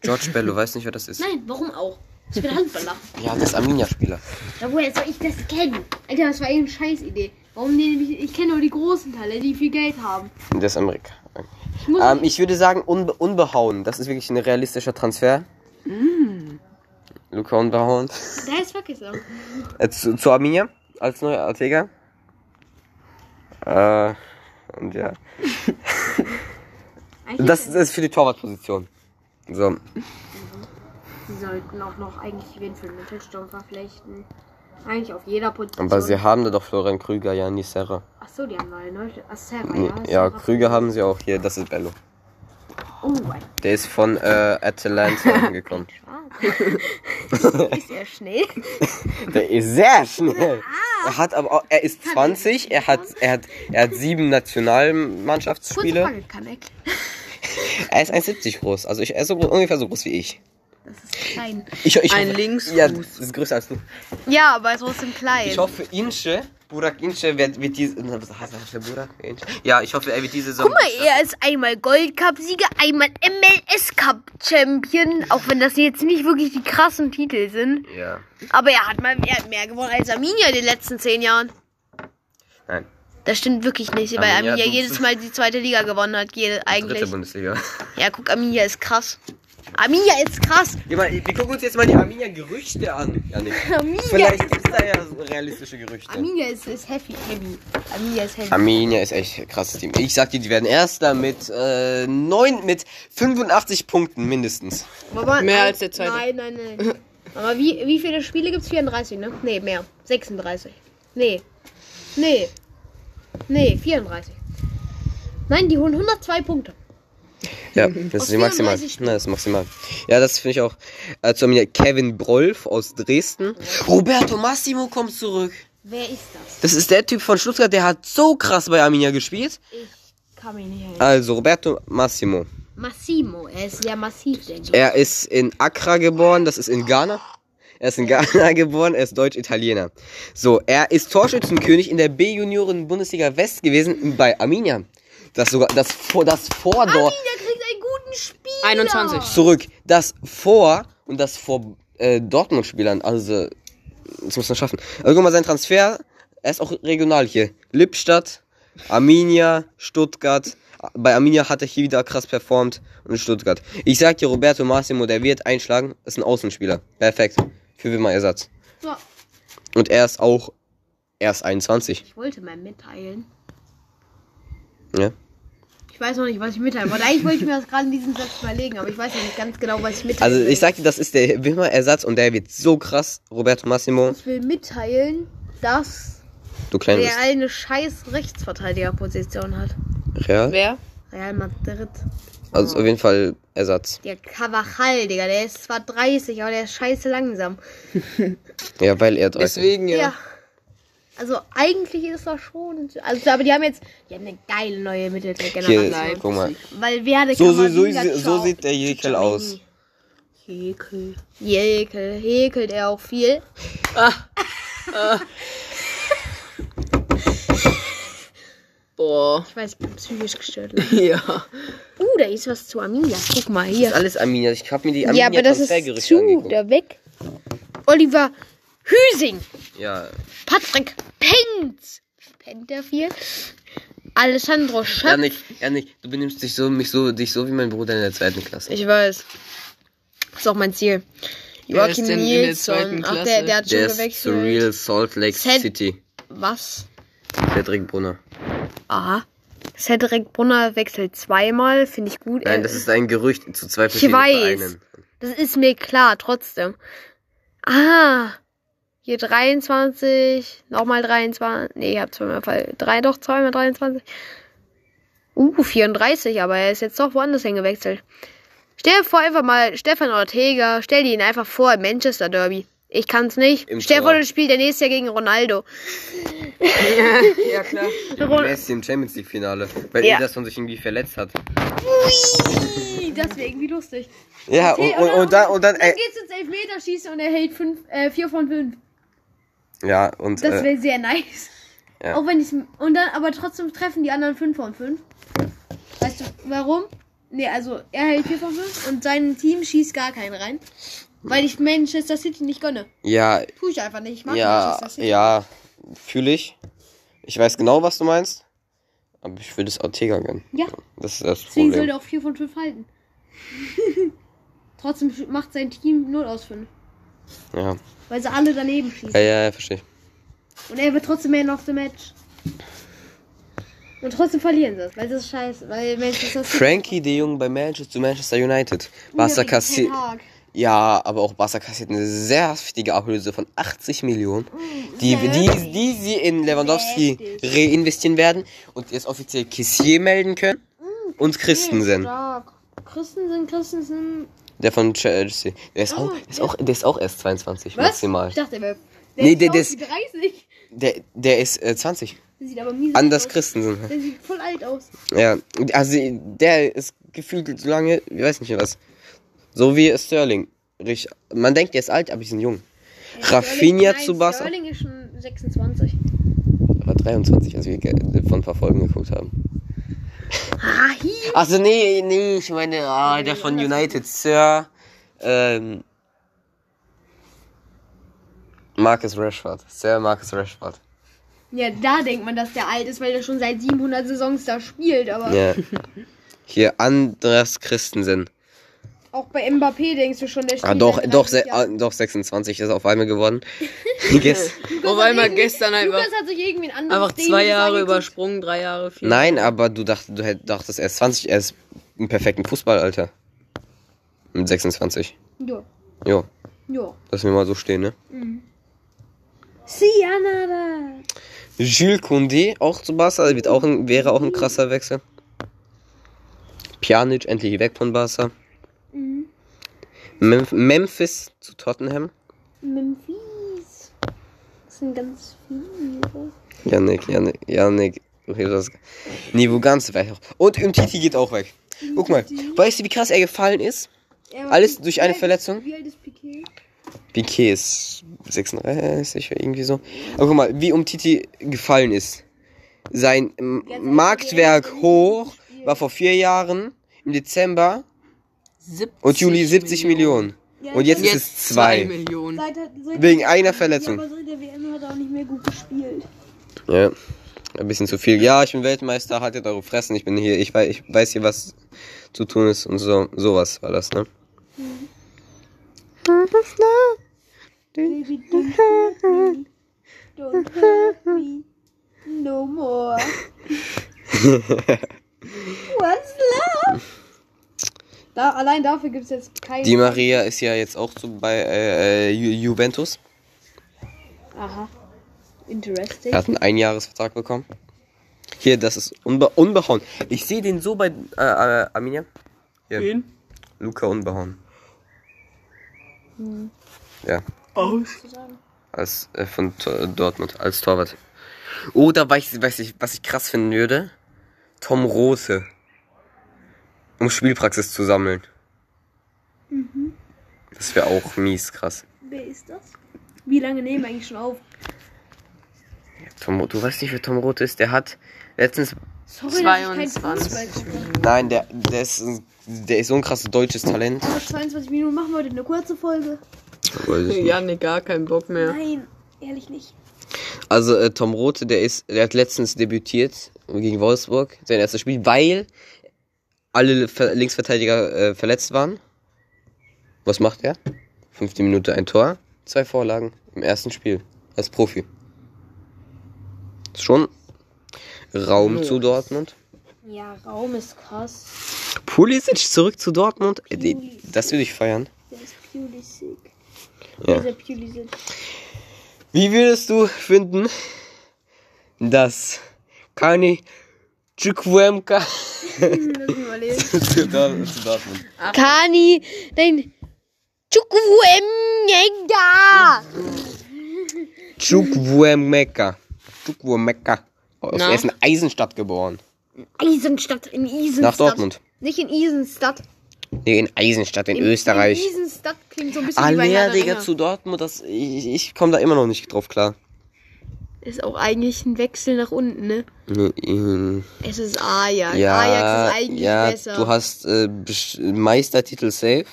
Speaker 4: George Bello, weiß nicht, wer das ist.
Speaker 3: Nein, warum auch? Ich bin Handballer.
Speaker 4: Ja, das ist Arminia-Spieler.
Speaker 3: Ja, woher soll ich das kennen? Alter, das war eben Scheißidee. Warum nehme ich. Ich kenne nur die großen Teile, die viel Geld haben.
Speaker 4: Der ist Amerika.
Speaker 3: Ich muss.
Speaker 4: Ähm, ich würde sagen, unbe unbehauen. Das ist wirklich ein realistischer Transfer. Luca unbehauen.
Speaker 3: da ist wirklich so.
Speaker 4: Äh, zu, zu Arminia als neuer Artega. Äh, und ja. das, das ist für die Torwartposition. So.
Speaker 3: Sie sollten auch noch eigentlich wen für den Mittelsturm verflechten. Eigentlich auf jeder Position.
Speaker 4: Aber sie haben da doch Florian Krüger, ja, nicht Serra.
Speaker 3: Achso, die haben neue Leute. Ach, Sarah,
Speaker 4: Nee,
Speaker 3: ja.
Speaker 4: ja,
Speaker 3: Ah, Sarah.
Speaker 4: Krüger haben sie auch hier, das ist Bello.
Speaker 3: Oh, ein
Speaker 4: Der ist von äh, Atalanta angekommen.
Speaker 3: Schwarz. Ist er schnell?
Speaker 4: Der ist sehr schnell.
Speaker 3: Ah.
Speaker 4: Er hat aber auch, er ist 20, er hat, er hat, er hat sieben
Speaker 3: Kurze
Speaker 4: Nationalmannschaftsspiele.
Speaker 3: Frage, Kanek.
Speaker 4: Er ist 1,70 groß, also ich, er ist so, groß- ungefähr so groß wie ich.
Speaker 3: Das ist klein.
Speaker 4: ich, ich
Speaker 5: Ein
Speaker 4: hoffe-
Speaker 5: Linksfuß.
Speaker 4: Ja, das ist größer als du.
Speaker 3: Ja, aber trotzdem klein.
Speaker 4: Ich hoffe, Inche, Burak Inche wird, wird diese. na, Was heißt das? Burak Inche? Ja, ich hoffe, er wird diese Saison.
Speaker 3: Guck mal, er ist einmal Goldcup-Sieger, einmal MLS-Cup-Champion, auch wenn das jetzt nicht wirklich die krassen Titel sind.
Speaker 4: Ja,
Speaker 3: Aber er hat mal mehr, mehr gewonnen als Arminia in den letzten zehn Jahren.
Speaker 4: nein.
Speaker 3: Das stimmt wirklich nicht, weil Arminia,
Speaker 4: Arminia hat nur
Speaker 3: jedes
Speaker 4: fünf-
Speaker 3: Mal die zweite Liga gewonnen hat, jede,
Speaker 4: Dritte
Speaker 3: eigentlich.
Speaker 4: Bundesliga.
Speaker 3: Ja, guck, Arminia ist krass. Arminia ist krass.
Speaker 4: Ja, mal, wir gucken uns jetzt mal die Arminia-Gerüchte an. Ja, nee. Vielleicht gibt es da ja so realistische Gerüchte.
Speaker 3: Arminia ist, ist heavy, heavy. Arminia ist heavy.
Speaker 4: Arminia ist echt ein krasses Team. Ich sag dir, die werden Erster mit, äh, neun, mit 85 Punkten mindestens.
Speaker 5: Mehr als der zweite.
Speaker 3: Nein, nein, nein. Aber wie, wie viele Spiele gibt's? 34, ne? Nee, mehr. 36. Nee. Nee. Nee, 34. Nein, die holen 102 Punkte.
Speaker 4: Ja, das ist die maximal.
Speaker 3: 34
Speaker 4: Na, das ist maximal. Ja, das finde ich auch. Äh, zu Arminia Kevin Brolf aus Dresden. Roberto Massimo kommt zurück.
Speaker 3: Wer ist das?
Speaker 4: Das ist der Typ von Stuttgart, der hat so krass bei Arminia gespielt.
Speaker 3: Kann mich nicht erinnern.
Speaker 4: Also Roberto Massimo.
Speaker 3: Massimo. Er ist sehr massiv, denke ich.
Speaker 4: Er ist in Accra geboren, das ist in Ghana. Er ist in Ghana geboren, er ist Deutsch-Italiener. So, er ist Torschützenkönig in der B-Junioren-Bundesliga West gewesen bei Arminia. Das sogar das vor das Vordor
Speaker 3: Der kriegt einen guten Spiel.
Speaker 5: 21.
Speaker 4: zurück, das vor und das vor äh, Dortmund-Spielern. Also das muss man schaffen. Also guck mal sein Transfer, er ist auch regional hier. Lippstadt, Arminia, Stuttgart. Bei Arminia hat er hier wieder krass performt und in Stuttgart. Ich sag dir, Roberto Massimo, der wird einschlagen, ist ein Außenspieler. Perfekt. Für Wimmer Ersatz.
Speaker 3: Ja.
Speaker 4: Und er ist auch erst 21.
Speaker 3: Ich wollte mal mitteilen.
Speaker 4: Ja.
Speaker 3: Ich weiß noch nicht, was ich mitteilen wollte. Eigentlich wollte ich mir das gerade in diesem Satz überlegen, aber ich weiß noch nicht ganz genau, was ich mitteilen
Speaker 4: Also ich
Speaker 3: will.
Speaker 4: sag dir, das ist der Wimmer Ersatz und der wird so krass, Roberto Massimo.
Speaker 3: Ich will mitteilen, dass
Speaker 4: Du kleines
Speaker 3: Real eine scheiß Rechtsverteidigerposition hat.
Speaker 4: Real.
Speaker 5: Wer?
Speaker 3: Real Madrid.
Speaker 4: Also auf jeden Fall Ersatz.
Speaker 3: Der Cavachal, Digga, der ist zwar 30, aber der ist scheiße langsam.
Speaker 4: Ja, weil er 30.
Speaker 5: Deswegen
Speaker 3: Ja.
Speaker 5: ja.
Speaker 3: Also eigentlich ist das schon. Also, aber die haben jetzt die haben eine geile neue
Speaker 4: Hier,
Speaker 3: Mittelfeldgeneration.
Speaker 5: Leipzig.
Speaker 4: guck mal.
Speaker 3: Weil Werde
Speaker 4: So, so, so,
Speaker 3: Kamavinga,
Speaker 4: so,
Speaker 3: Ciao.
Speaker 4: so sieht der Jekyll aus.
Speaker 5: Kekel.
Speaker 3: Jekel, häkelt er auch viel.
Speaker 5: Boah.
Speaker 3: Ich weiß, ich bin psychisch gestört.
Speaker 5: Ja.
Speaker 3: Uh, da ist was zu Arminia. Guck mal hier.
Speaker 4: Alles Arminia. Ich hab mir die
Speaker 3: Ja,
Speaker 4: Arminia
Speaker 3: aber das ist
Speaker 4: Transfergerüchte
Speaker 3: zu,
Speaker 4: angeguckt.
Speaker 3: der weg. Oliver Hüsing,
Speaker 4: Ja,
Speaker 3: Patrick Penz, pennt er viel. Alessandro Schöpf,
Speaker 4: Janik, Janik, du benimmst dich so, mich so, dich so wie mein Bruder in der zweiten Klasse.
Speaker 3: ich weiß. Ist auch mein Ziel.
Speaker 5: Wer ist
Speaker 3: Joachim
Speaker 5: denn in der
Speaker 3: Nilsson,
Speaker 5: zweiten
Speaker 3: ach, der,
Speaker 5: Klasse?
Speaker 3: der hat schon
Speaker 4: der ist
Speaker 3: gewechselt.
Speaker 4: the real Salt Lake
Speaker 3: Ced-
Speaker 4: City.
Speaker 3: Was?
Speaker 4: Cedric Brunner.
Speaker 3: Aha. Cedric Brunner wechselt zweimal, finde ich gut.
Speaker 4: Nein,
Speaker 3: Er-
Speaker 4: das ist ein Gerücht zu zwei verschiedenen
Speaker 3: Äh, weiß.
Speaker 4: Vereinen.
Speaker 3: Das ist mir klar, trotzdem. Ah, hier 23, nochmal 23. Nee, ich hab zweimal Fall. Drei, doch, zweimal 23. Uh, 34, aber er ist jetzt doch woanders hingewechselt. Stell dir vor, einfach mal Stefan Ortega, stell dir ihn einfach vor im Manchester Derby. Ich kann's nicht.
Speaker 4: Im
Speaker 3: stell dir vor,
Speaker 4: Tor.
Speaker 3: das spielt der nächste Jahr gegen Ronaldo.
Speaker 5: Ja, klar.
Speaker 4: Messi im Champions League Finale, weil
Speaker 3: Ja.
Speaker 4: er das von sich irgendwie verletzt hat.
Speaker 3: Das wäre irgendwie lustig.
Speaker 4: Ja, und, und, und dann, und dann, ey,
Speaker 3: geht's ins Elfmeterschießen und er hält
Speaker 6: äh,
Speaker 3: 4 von 5.
Speaker 4: ja, und,
Speaker 3: Das
Speaker 4: äh,
Speaker 3: wäre sehr nice.
Speaker 4: Ja.
Speaker 3: Auch wenn ich und dann aber trotzdem treffen die anderen 5 von 5. Weißt du warum? Nee, also er hält 4 von 5 und sein Team schießt gar keinen rein, weil ich Manchester City nicht gönne.
Speaker 4: ja,
Speaker 3: Tue ich einfach nicht, ich mag
Speaker 4: ja,
Speaker 3: Manchester City.
Speaker 4: ja, fühle ich. Ich weiß genau, was du meinst, aber ich würde es Ortega gönnen.
Speaker 3: Ja.
Speaker 4: Das ist das
Speaker 3: Deswegen soll
Speaker 4: Problem.
Speaker 3: er auch 4 von 5 halten. trotzdem sch- macht sein Team 0 aus 5,
Speaker 4: Ja,
Speaker 3: weil sie alle daneben schießen
Speaker 4: ja, ja, ja verstehe.
Speaker 3: und er wird trotzdem Man of the Match. Und trotzdem verlieren sie es, weil das ist scheiße, weil Manchester City
Speaker 4: Frankie de Jong bei Manchester, zu Manchester United. Barca kassiert. Ja, aber auch Barca kassiert eine sehr heftige Ablöse von 80 Millionen,
Speaker 3: Mm,
Speaker 4: die, die, die sie in Lewandowski reinvestieren werden und jetzt offiziell
Speaker 3: Mm,
Speaker 4: Kissier melden können und Christensen.
Speaker 3: Stark. Christensen, Ah, Christensen,
Speaker 4: Der von Chelsea. Der ist, auch, der ist, auch, der ist auch erst 22
Speaker 6: Was?
Speaker 4: maximal.
Speaker 6: Ich dachte, der,
Speaker 4: Nee,
Speaker 6: ist
Speaker 4: der-
Speaker 6: auch
Speaker 4: der ist-
Speaker 6: 30.
Speaker 4: Der, der ist äh, 20.
Speaker 6: Der sieht aber mies
Speaker 4: Anders
Speaker 6: aus.
Speaker 4: Christensen.
Speaker 6: Der sieht voll alt aus.
Speaker 4: Ja, also der ist gefühlt so lange, ich weiß nicht was. So wie Sterling. Richtig. Man denkt, der ist alt, aber die sind jung. Rafinha
Speaker 6: Äh, Sterling-
Speaker 4: zu
Speaker 6: nein,
Speaker 4: Barca.
Speaker 6: Sterling ist schon 26.
Speaker 4: Er war 23, als wir ge- vor ein paar Folgen geguckt haben.
Speaker 6: Ah, hi.
Speaker 4: Also nee, nee, ich meine, ah, der von United, Sir. Ähm, Marcus Rashford. Sir Marcus Rashford.
Speaker 6: Ja, da denkt man, dass der alt ist, weil der schon seit 700 Saisons da spielt. Aber
Speaker 4: Ja. Hier, Andreas Christensen.
Speaker 6: auch bei Mbappé denkst du schon, der spielt
Speaker 4: Ah, doch,
Speaker 6: seit
Speaker 4: doch,
Speaker 6: 30
Speaker 4: se- ah,
Speaker 6: Jahren.
Speaker 4: doch, 26 ist auf einmal geworden. Yes.
Speaker 5: Auf einmal gestern einfach,
Speaker 6: Lukas hat sich irgendwie ein anderes
Speaker 5: einfach
Speaker 6: Ding
Speaker 5: zwei Jahre
Speaker 6: angeguckt.
Speaker 5: übersprungen, drei Jahre, vier.
Speaker 4: Nein, aber du dacht, du hätt- dachtest, er ist 20, er ist im perfekten Fußballalter. Mit 26.
Speaker 6: Ja,
Speaker 4: Jo,
Speaker 6: ja.
Speaker 4: lass mir mal so stehen, ne?
Speaker 6: See ya, nada.
Speaker 4: Jules Koundé auch zu Barca, also wird auch ein, wäre auch ein krasser Wechsel. Pjanic endlich weg von Barca.
Speaker 6: Mhm.
Speaker 4: Memph Memphis zu Tottenham.
Speaker 6: Memphis. Das sind ganz viele.
Speaker 4: Janik, Janik, Janik. Okay, das Niveau ganz weit hoch. Und Umtiti geht auch weg. Guck mal, weißt du, wie krass er gefallen ist?
Speaker 6: Er war
Speaker 4: Alles
Speaker 6: Piqué.
Speaker 4: durch eine
Speaker 6: Wie alt-
Speaker 4: Verletzung?
Speaker 6: Wie alt ist Piquet?
Speaker 4: Piquet ist 36, irgendwie so. Aber guck mal, wie um Titi gefallen ist. Sein ähm,
Speaker 6: Der hat seine
Speaker 4: Marktwerk
Speaker 6: Karriere
Speaker 4: hoch
Speaker 6: gespielt.
Speaker 4: war vor vier Jahren im Dezember
Speaker 5: 70
Speaker 4: und Juli 70 Millionen.
Speaker 6: Ja,
Speaker 4: Und jetzt
Speaker 6: seit-
Speaker 4: ist
Speaker 5: Jetzt
Speaker 4: es zwei.
Speaker 5: Millionen.
Speaker 6: seit, seit,
Speaker 4: Wegen einer
Speaker 6: Ja,
Speaker 4: Verletzung.
Speaker 6: aber seit der WM hat er auch nicht mehr gut gespielt.
Speaker 4: Ja. Ein bisschen zu viel. Ja, ich bin Weltmeister, haltet eure Fressen, ich bin hier, ich weiß, ich weiß hier, was zu tun ist und so, sowas war das, ne?
Speaker 6: Baby, don't hurt me. Don't hurt me. No more. What's love? Da, allein dafür gibt es jetzt keinen.
Speaker 4: Die Maria ist ja jetzt auch zu, bei äh, äh, Ju Juventus.
Speaker 6: Aha. Interesting.
Speaker 4: Er hat einen Einjahresvertrag bekommen. Hier, das ist unbe unbehauen. Ich sehe den so bei äh, äh, Arminia. Hier,
Speaker 5: Wen?
Speaker 4: Luca unbehauen. Ja,
Speaker 5: Hm. Aus.
Speaker 4: als äh, von T Dortmund als Torwart. Oder weiß ich, weiß ich, was ich krass finden würde, Tom Rose, um Spielpraxis zu sammeln.
Speaker 5: Mhm.
Speaker 4: Das wäre auch mies krass.
Speaker 6: Wer ist das? Wie lange nehmen wir eigentlich schon auf?
Speaker 4: Tom, Ro- du weißt nicht, wer Tom Rose ist. Der hat letztens
Speaker 6: Sorry, dass ich kein
Speaker 5: 22
Speaker 6: Fußball gucke.
Speaker 4: Nein, der, der, ist, ein- der ist so ein krasses deutsches Talent.
Speaker 6: Aber 22 Minuten machen wir heute eine kurze Folge.
Speaker 5: Janik, gar keinen Bock mehr.
Speaker 6: Nein, ehrlich nicht.
Speaker 4: Also äh, Tom Rote, der ist, der hat letztens debütiert gegen Wolfsburg, sein erstes Spiel, weil alle Ver Linksverteidiger äh, verletzt waren. Was macht er? Fünfte Minute ein Tor, zwei Vorlagen im ersten Spiel als Profi. Ist Schon Raum zu Dortmund.
Speaker 6: Ja, Raum ist krass.
Speaker 4: Pulisic zurück zu Dortmund. Äh, die-
Speaker 6: Pulisic.
Speaker 4: Das würde ich feiern.
Speaker 6: Der ist Pulisic.
Speaker 4: Ja.
Speaker 6: Dieser Pulisic.
Speaker 4: Wie würdest du finden, dass Kani Chukwemka zu Dor- zu Dortmund?
Speaker 3: Kani, dein Chukwuemnyenga.
Speaker 4: Chukwemeka. Chukwemeka. Aus
Speaker 5: Na?
Speaker 4: Essen Eisenstadt geboren.
Speaker 6: Eisenstadt in Eisenstadt.
Speaker 4: Nach Dortmund.
Speaker 6: Nicht in Isenstadt.
Speaker 4: Nee, in Eisenstadt in, Österreich.
Speaker 6: Isenstadt klingt so ein bisschen wie bei Herr
Speaker 4: Aller,
Speaker 6: der
Speaker 4: Digga,
Speaker 6: Ringe.
Speaker 4: zu Dortmund, das, ich, ich komme da immer noch nicht drauf klar.
Speaker 3: Ist auch eigentlich ein Wechsel nach unten, ne?
Speaker 4: Nee, äh,
Speaker 3: Es ist Ajax.
Speaker 4: Ja,
Speaker 3: Ajax ist eigentlich
Speaker 4: ja
Speaker 3: besser.
Speaker 4: du hast äh, best- Meistertitel safe.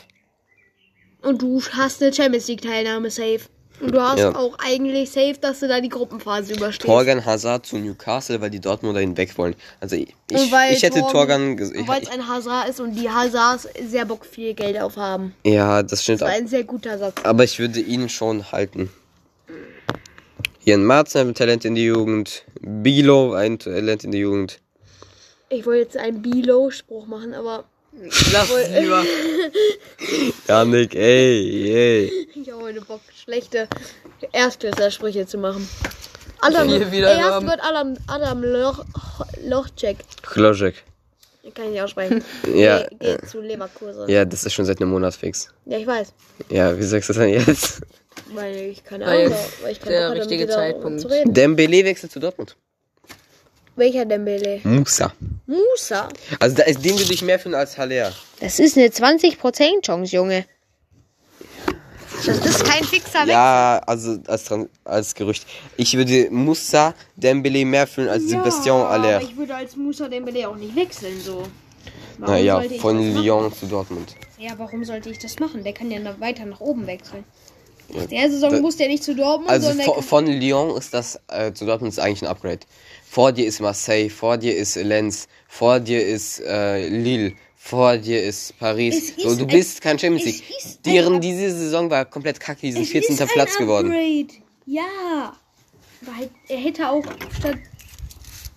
Speaker 3: Und du hast eine Champions League Teilnahme safe. Und du hast
Speaker 4: Ja.
Speaker 3: auch eigentlich safe, dass du da die Gruppenphase überstehst.
Speaker 4: Torgan Hazard zu Newcastle, weil die Dortmunder ihn weg wollen. Also ich,
Speaker 3: Und
Speaker 4: ich,
Speaker 3: weil
Speaker 4: ich hätte
Speaker 3: Torgen-
Speaker 4: Torgan ges- ich,
Speaker 3: Weil es ein Hazard ist und die Hazards sehr Bock viel Geld aufhaben.
Speaker 4: Ja, das stimmt
Speaker 3: Das war
Speaker 4: auch.
Speaker 3: ein sehr guter Satz.
Speaker 4: Aber ich würde ihn schon halten. Hier in Marzen ein Talent in die Jugend. Bilo ein Talent in die Jugend.
Speaker 3: Ich wollte jetzt einen Bilo-Spruch machen, aber
Speaker 5: Lass es lieber.
Speaker 4: Janik, ey, ey.
Speaker 3: ich habe heute Bock, schlechte Erstklässler-Sprüche zu machen. Adam,
Speaker 5: Hier wieder
Speaker 3: ey, hast
Speaker 5: Adam.
Speaker 3: du gehört Adam, Adam Loch, Lochcheck?
Speaker 4: Kloschek.
Speaker 3: Kann ich nicht aussprechen.
Speaker 4: Ja,
Speaker 3: Geh,
Speaker 5: äh.
Speaker 3: geh zu Leverkusen.
Speaker 4: ja, das ist schon seit einem Monat fix.
Speaker 3: Ja, ich weiß.
Speaker 4: Ja, wie sagst du das denn jetzt?
Speaker 3: Weil ich keine
Speaker 5: Weil
Speaker 3: Ahnung
Speaker 5: jetzt
Speaker 3: weil ich keine
Speaker 5: der
Speaker 3: Ahnung habe,
Speaker 5: richtige
Speaker 3: mit dir darüber
Speaker 5: Zeitpunkt.
Speaker 3: zu reden.
Speaker 4: Dembele wechselt zu Dortmund.
Speaker 3: Welcher Dembele?
Speaker 4: Musa.
Speaker 6: Musa.
Speaker 4: Also da ist dem würde ich mehr finden als Haller.
Speaker 3: Das ist eine 20% Chance, Junge. Das ist kein fixer Wechsel.
Speaker 4: Ja, also als, Tran- als Gerücht. Ich würde Musa Dembele mehr fühlen als Sebastian
Speaker 6: aber
Speaker 4: Haller.
Speaker 6: ich würde als Musa Dembele auch nicht wechseln, so. Warum
Speaker 4: Naja,
Speaker 6: sollte ich
Speaker 4: von
Speaker 6: das machen?
Speaker 4: Lyon zu Dortmund.
Speaker 6: Ja, warum sollte ich das machen? Der kann ja noch weiter nach oben wechseln. Nach der Saison
Speaker 4: da-
Speaker 6: muss der nicht zu Dortmund,
Speaker 4: Also
Speaker 6: sondern
Speaker 4: vo-
Speaker 6: der
Speaker 4: von Lyon ist das äh, zu Dortmund ist eigentlich ein Upgrade. Vor dir ist Marseille, vor dir ist Lens, vor dir ist äh, Lille, vor dir ist
Speaker 6: Es
Speaker 4: Paris.
Speaker 6: ist
Speaker 4: so, du
Speaker 6: ein-
Speaker 4: bist kein Champions
Speaker 6: es
Speaker 4: League.
Speaker 6: ist ein
Speaker 4: Deren
Speaker 6: Up-
Speaker 4: diese Saison war komplett kacke, die sind
Speaker 6: Es
Speaker 4: 14.
Speaker 6: ist ein
Speaker 4: Platz geworden.
Speaker 6: Upgrade. Ja. Aber halt, er hätte auch statt.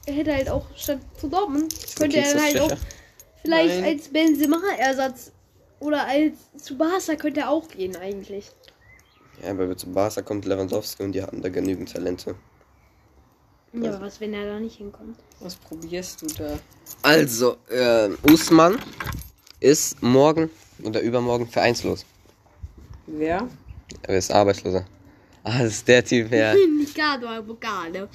Speaker 6: Er hätte halt auch statt zu Dortmund. Könnte
Speaker 4: Okay, ist
Speaker 6: er dann
Speaker 4: das
Speaker 6: halt auch
Speaker 4: schlechter?
Speaker 6: vielleicht
Speaker 5: Nein.
Speaker 6: als Benzema-Ersatz oder als zu Barca könnte er auch gehen, eigentlich.
Speaker 4: Ja, aber zu Barca kommt Lewandowski und die hatten da genügend Talente.
Speaker 6: Ja, aber was, wenn er da nicht hinkommt?
Speaker 5: Was probierst du da?
Speaker 4: Also, äh, Usman ist morgen oder übermorgen vereinslos.
Speaker 5: Wer?
Speaker 4: Er ist arbeitsloser. Ah, das ist der Typ, der,
Speaker 6: Nicht gar, du Avocado.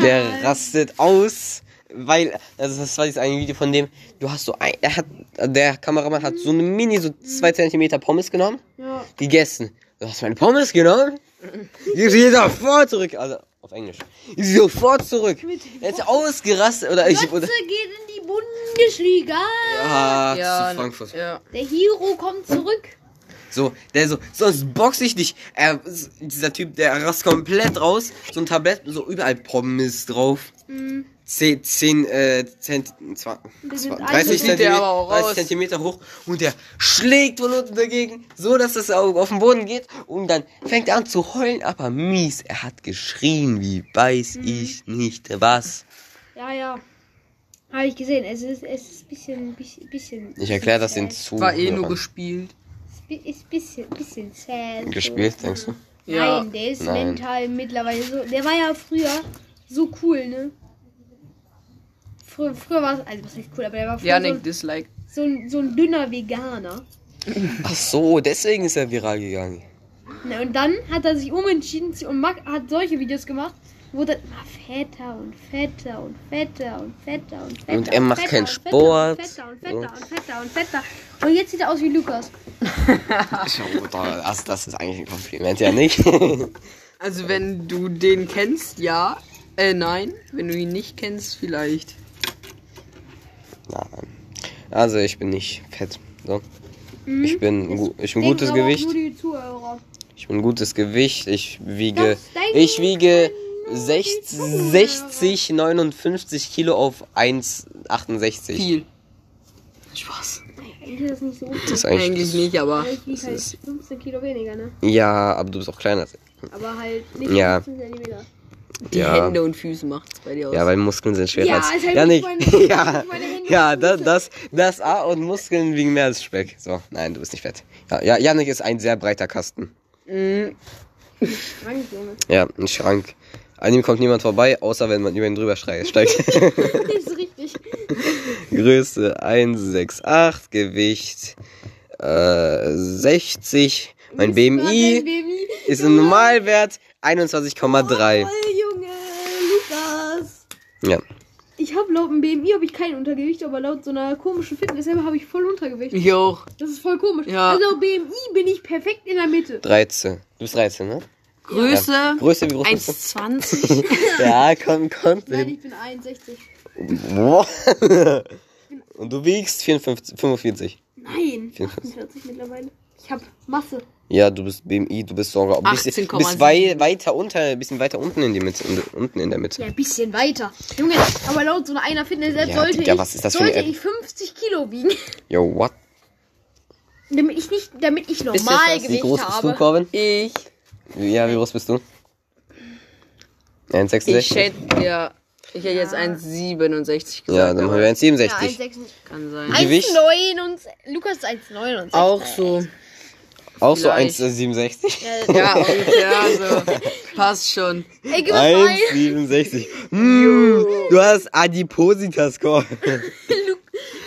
Speaker 4: der rastet aus, weil, also das war dieses eine Video von dem, du hast so ein, er hat, der Kameramann hat so eine Mini, so zwei Zentimeter Pommes genommen,
Speaker 6: Ja.
Speaker 4: gegessen. Du hast meine Pommes genommen? Ich gehe sofort zurück, also auf Englisch. Ich gehe sofort zurück. Er ist ausgerastet, oder ich, oder,
Speaker 6: Götze geht in die Bundesliga.
Speaker 4: ah,
Speaker 5: ja,
Speaker 4: zu Frankfurt.
Speaker 5: Ja.
Speaker 6: Der Hero kommt zurück.
Speaker 4: So, der so, sonst box ich dich. Er, s- dieser Typ, der rast komplett raus. So ein Tablett, so überall Pommes drauf.
Speaker 5: Mhm.
Speaker 4: zehn 10, äh, Zent, zwa-
Speaker 6: bisschen
Speaker 4: zwa- 30,
Speaker 6: Eis-
Speaker 5: der
Speaker 6: Sieht
Speaker 4: Zentimeter,
Speaker 5: aber auch
Speaker 4: 30
Speaker 5: aus.
Speaker 4: Zentimeter hoch und der schlägt von unten dagegen, so dass das Auge auf den Boden geht und dann fängt er an zu heulen, aber mies, er hat geschrien, wie weiß
Speaker 5: Mhm.
Speaker 4: ich nicht was.
Speaker 6: Ja, ja. Habe ich gesehen. Es ist, es ist ein bisschen, bisschen, bisschen.
Speaker 4: Ich erkläre das den
Speaker 6: sad.
Speaker 5: War eh nur
Speaker 4: Zuhörern.
Speaker 5: gespielt.
Speaker 6: Es ist ein bisschen, bisschen sad. so.
Speaker 4: Gespielt, denkst du?
Speaker 5: Ja.
Speaker 6: Nein, der ist
Speaker 4: Nein.
Speaker 6: mental mittlerweile so. Der war ja früher so cool, ne? Früher, früher war es, also was heißt cool, aber der war früher
Speaker 5: Janik, Dislike.
Speaker 6: so, ein, so, ein, so ein dünner Veganer.
Speaker 4: Ach so, deswegen ist er viral gegangen.
Speaker 6: Na, Ne, und dann hat er sich umentschieden zu, und mag, hat solche Videos gemacht, wo dann immer fetter und fetter und fetter und fetter und fetter.
Speaker 4: Und er macht
Speaker 6: fetter
Speaker 4: keinen
Speaker 6: und
Speaker 4: Sport.
Speaker 6: Fetter und fetter und fetter und fetter und fetter. Und jetzt sieht er aus wie Lukas.
Speaker 4: Das, das ist eigentlich ein Kompliment, ja nicht?
Speaker 5: Also wenn du den kennst, ja. Äh, nein. Wenn du ihn nicht kennst, vielleicht.
Speaker 4: Nein. Also ich bin nicht fett. So. Ich bin, gu- ich bin
Speaker 6: Denken
Speaker 4: gutes
Speaker 6: Mhm. aber auch
Speaker 4: Gewicht.
Speaker 6: Nur die Zuhörer.
Speaker 4: Ich bin gutes Gewicht. Ich wiege.
Speaker 6: Das denken
Speaker 4: Ich wiege 60, 60 59 Kilo auf 1,68.
Speaker 5: Viel. Spaß.
Speaker 6: Eigentlich ist das nicht so gut.
Speaker 4: Das ist
Speaker 5: Eigentlich
Speaker 4: eigentlich.
Speaker 5: nicht, aber
Speaker 6: Ich wiege halt 15 Kilo weniger, ne?
Speaker 4: Ja, aber du bist auch kleiner.
Speaker 6: Aber halt nicht
Speaker 4: Ja.
Speaker 6: 15 Zentimeter.
Speaker 5: die
Speaker 4: Ja.
Speaker 5: Hände und Füße macht's bei dir aus.
Speaker 4: Ja, weil Muskeln sind schwerer
Speaker 6: Ja,
Speaker 4: als.
Speaker 6: also halt
Speaker 4: ja,
Speaker 6: nicht
Speaker 4: nicht.
Speaker 6: meine-
Speaker 4: ja,
Speaker 6: nicht meine Hände und
Speaker 4: ja das, das, das A und Muskeln wiegen mehr als Speck. So, nein, du bist nicht fett. Ja, ja, Janik ist ein sehr breiter Kasten.
Speaker 6: Krank, Junge.
Speaker 4: Ja, ein Schrank. An ihm kommt niemand vorbei, außer wenn man über ihn drüber schreit. steigt.
Speaker 6: Das ist richtig.
Speaker 4: Größe 168, Gewicht äh, 60. Mein
Speaker 6: Mein
Speaker 4: BMI
Speaker 6: Baby.
Speaker 4: ist im Normalwert 21,3.
Speaker 6: Voll, Junge. Lukas.
Speaker 4: Ja.
Speaker 6: Ich habe laut dem BMI habe ich kein Untergewicht, aber laut so einer komischen Fitness-App habe ich voll Untergewicht.
Speaker 5: Ich auch.
Speaker 6: Das ist voll komisch.
Speaker 5: Ja.
Speaker 6: Also laut BMI bin ich perfekt in der Mitte.
Speaker 4: 13. Du bist 13, ne?
Speaker 5: Größe.
Speaker 4: Größe, wie groß bist
Speaker 5: 1,20.
Speaker 4: du? Ja, komm, komm.
Speaker 6: Nein, ich bin 61.
Speaker 4: Boah. Und du wiegst 54, 45.
Speaker 6: Nein,
Speaker 4: Viel.
Speaker 6: 48 mittlerweile. Ich habe Masse.
Speaker 4: Ja, du bist BMI, du bist sogar ein bisschen,
Speaker 5: 18,7.
Speaker 4: bist wei weiter unter, ein bisschen weiter unten in die Mitte, in, unten in der Mitte.
Speaker 6: Ja, ein bisschen weiter. Junge, aber laut so einer Fitness-App
Speaker 4: Ja,
Speaker 6: sollte,
Speaker 4: Digga,
Speaker 6: ich,
Speaker 4: was ist das für eine
Speaker 6: sollte
Speaker 4: App?
Speaker 6: ich 50 Kilo wiegen.
Speaker 4: Yo, what?
Speaker 6: Damit ich nicht, damit ich
Speaker 4: Bist du
Speaker 6: normal
Speaker 4: jetzt wie groß
Speaker 6: Gewicht
Speaker 4: bist du,
Speaker 6: habe.
Speaker 4: Corbin?
Speaker 5: ich.
Speaker 4: Ja, wie groß bist du?
Speaker 5: Ich
Speaker 4: 1,66?
Speaker 5: schätze, ja. Ich hätte jetzt 1,67 gesagt.
Speaker 4: Ja, dann haben
Speaker 5: aber
Speaker 4: wir 1,67.
Speaker 6: Ja, 1,96.
Speaker 5: Kann sein.
Speaker 4: Gewicht?
Speaker 6: 1,69. Lukas ist 1,69.
Speaker 5: Auch so.
Speaker 4: Auch so
Speaker 5: Vielleicht.
Speaker 4: 1,67?
Speaker 5: Ja, ungefähr so. Passt schon.
Speaker 6: Ey, gib mir mal.
Speaker 4: Hm, 1,67. Mm, du hast Adipositas, Corbin.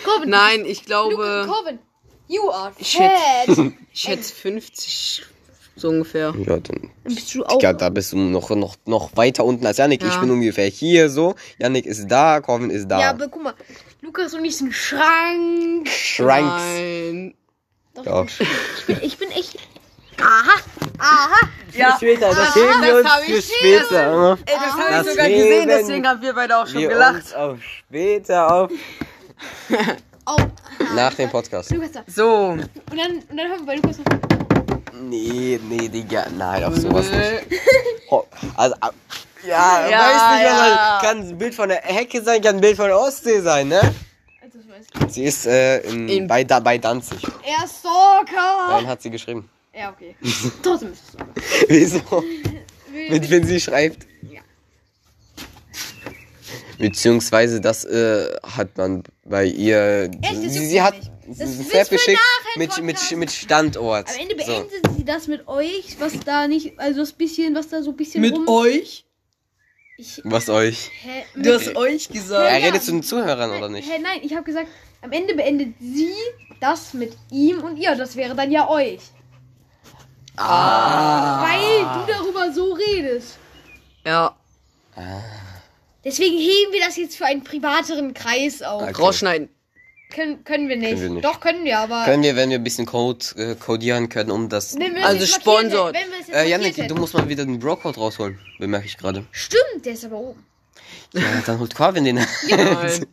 Speaker 6: Corbin.
Speaker 5: Nein, ich
Speaker 6: Luke,
Speaker 5: glaube,
Speaker 6: Corbin. You are
Speaker 5: Äh. Ich schätz-
Speaker 6: fat.
Speaker 5: ich schätze 50 so ungefähr.
Speaker 4: Ja, dann,
Speaker 6: Bist du auch?
Speaker 4: Digga, da bist du noch, noch, noch weiter unten als Yannick. Ich
Speaker 5: Ja.
Speaker 4: bin ungefähr hier so. Yannick ist da, Corvin ist da.
Speaker 6: Ja, aber guck mal. Lukas und ich sind Schrank.
Speaker 4: Shranks.
Speaker 5: Nein.
Speaker 6: Doch,
Speaker 4: Ja.
Speaker 6: Ich, bin, ich bin echt. Aha. Aha.
Speaker 5: Ja,
Speaker 4: später, das heben wir uns für später. ne?
Speaker 5: Ey, das habe
Speaker 4: Das
Speaker 5: ich sogar gesehen,
Speaker 4: Leben.
Speaker 5: deswegen haben wir beide auch schon gelacht.
Speaker 4: auf später auf.
Speaker 6: Oh.
Speaker 4: Nach dem Podcast.
Speaker 6: Lukas da.
Speaker 5: So.
Speaker 6: Und dann, und dann haben wir bei Lukas noch.
Speaker 4: Nee, nee, Digga. Nein, auf sowas nicht.
Speaker 5: Äh,
Speaker 4: Oh, also, ah, ja,
Speaker 5: Ja,
Speaker 4: weiß nicht,
Speaker 5: ja.
Speaker 4: aber kann ein Bild von der Hecke sein, kann ein Bild von der Ostsee sein, ne?
Speaker 6: Also, ich weiß.
Speaker 4: Sie ist äh, in,
Speaker 5: In-
Speaker 4: bei, da, bei Danzig.
Speaker 6: Er ist Stalker.
Speaker 4: Dann hat sie geschrieben.
Speaker 6: Ja, okay. Trotzdem ist es so.
Speaker 4: Wieso? Mit wenn sie schreibt.
Speaker 6: Ja.
Speaker 4: Beziehungsweise das äh, hat man bei ihr.
Speaker 6: das juckt
Speaker 4: sie,
Speaker 6: mich
Speaker 4: sie hat
Speaker 6: nicht. Das
Speaker 4: einen
Speaker 6: wissen
Speaker 4: Snap
Speaker 6: wir
Speaker 4: geschickt
Speaker 6: nachher im
Speaker 4: mit, mit,
Speaker 6: Podcast.
Speaker 4: mit Standort.
Speaker 6: Am Ende
Speaker 4: so.
Speaker 6: beendet sie das mit euch, was da nicht, also das bisschen, was da so ein bisschen rum...
Speaker 5: euch?
Speaker 6: Ich,
Speaker 4: Was euch?
Speaker 6: hä,
Speaker 5: Du hast euch
Speaker 4: Er
Speaker 5: gesagt.
Speaker 6: ja.
Speaker 4: redet zu den Zuhörern oder
Speaker 6: nicht?
Speaker 4: nicht?
Speaker 6: Hä, nein, ich habe gesagt, am Ende beendet sie das mit ihm und ihr. Das wäre dann ja euch. Ah. Weil du darüber so redest.
Speaker 5: Ja,
Speaker 6: Deswegen heben wir das jetzt für einen privateren Kreis auf.
Speaker 4: Okay.
Speaker 5: rausschneiden.
Speaker 6: Können, können, wir nicht.
Speaker 4: wir nicht.
Speaker 6: Doch, können wir, aber...
Speaker 4: Können wir, wenn wir ein bisschen Code äh, codieren können, um das.
Speaker 6: wenn wir es
Speaker 5: Also
Speaker 6: jetzt markiert hätten-
Speaker 5: sponsort.
Speaker 6: Wenn wir es jetzt
Speaker 4: Äh,
Speaker 6: markiert
Speaker 4: Janik, du
Speaker 6: hätten.
Speaker 4: musst mal wieder den Bro-Code rausholen, bemerke ich gerade.
Speaker 6: Stimmt, der ist aber oben.
Speaker 4: Ja, dann holt Corvin den.
Speaker 5: Nein. Ich
Speaker 6: Du bist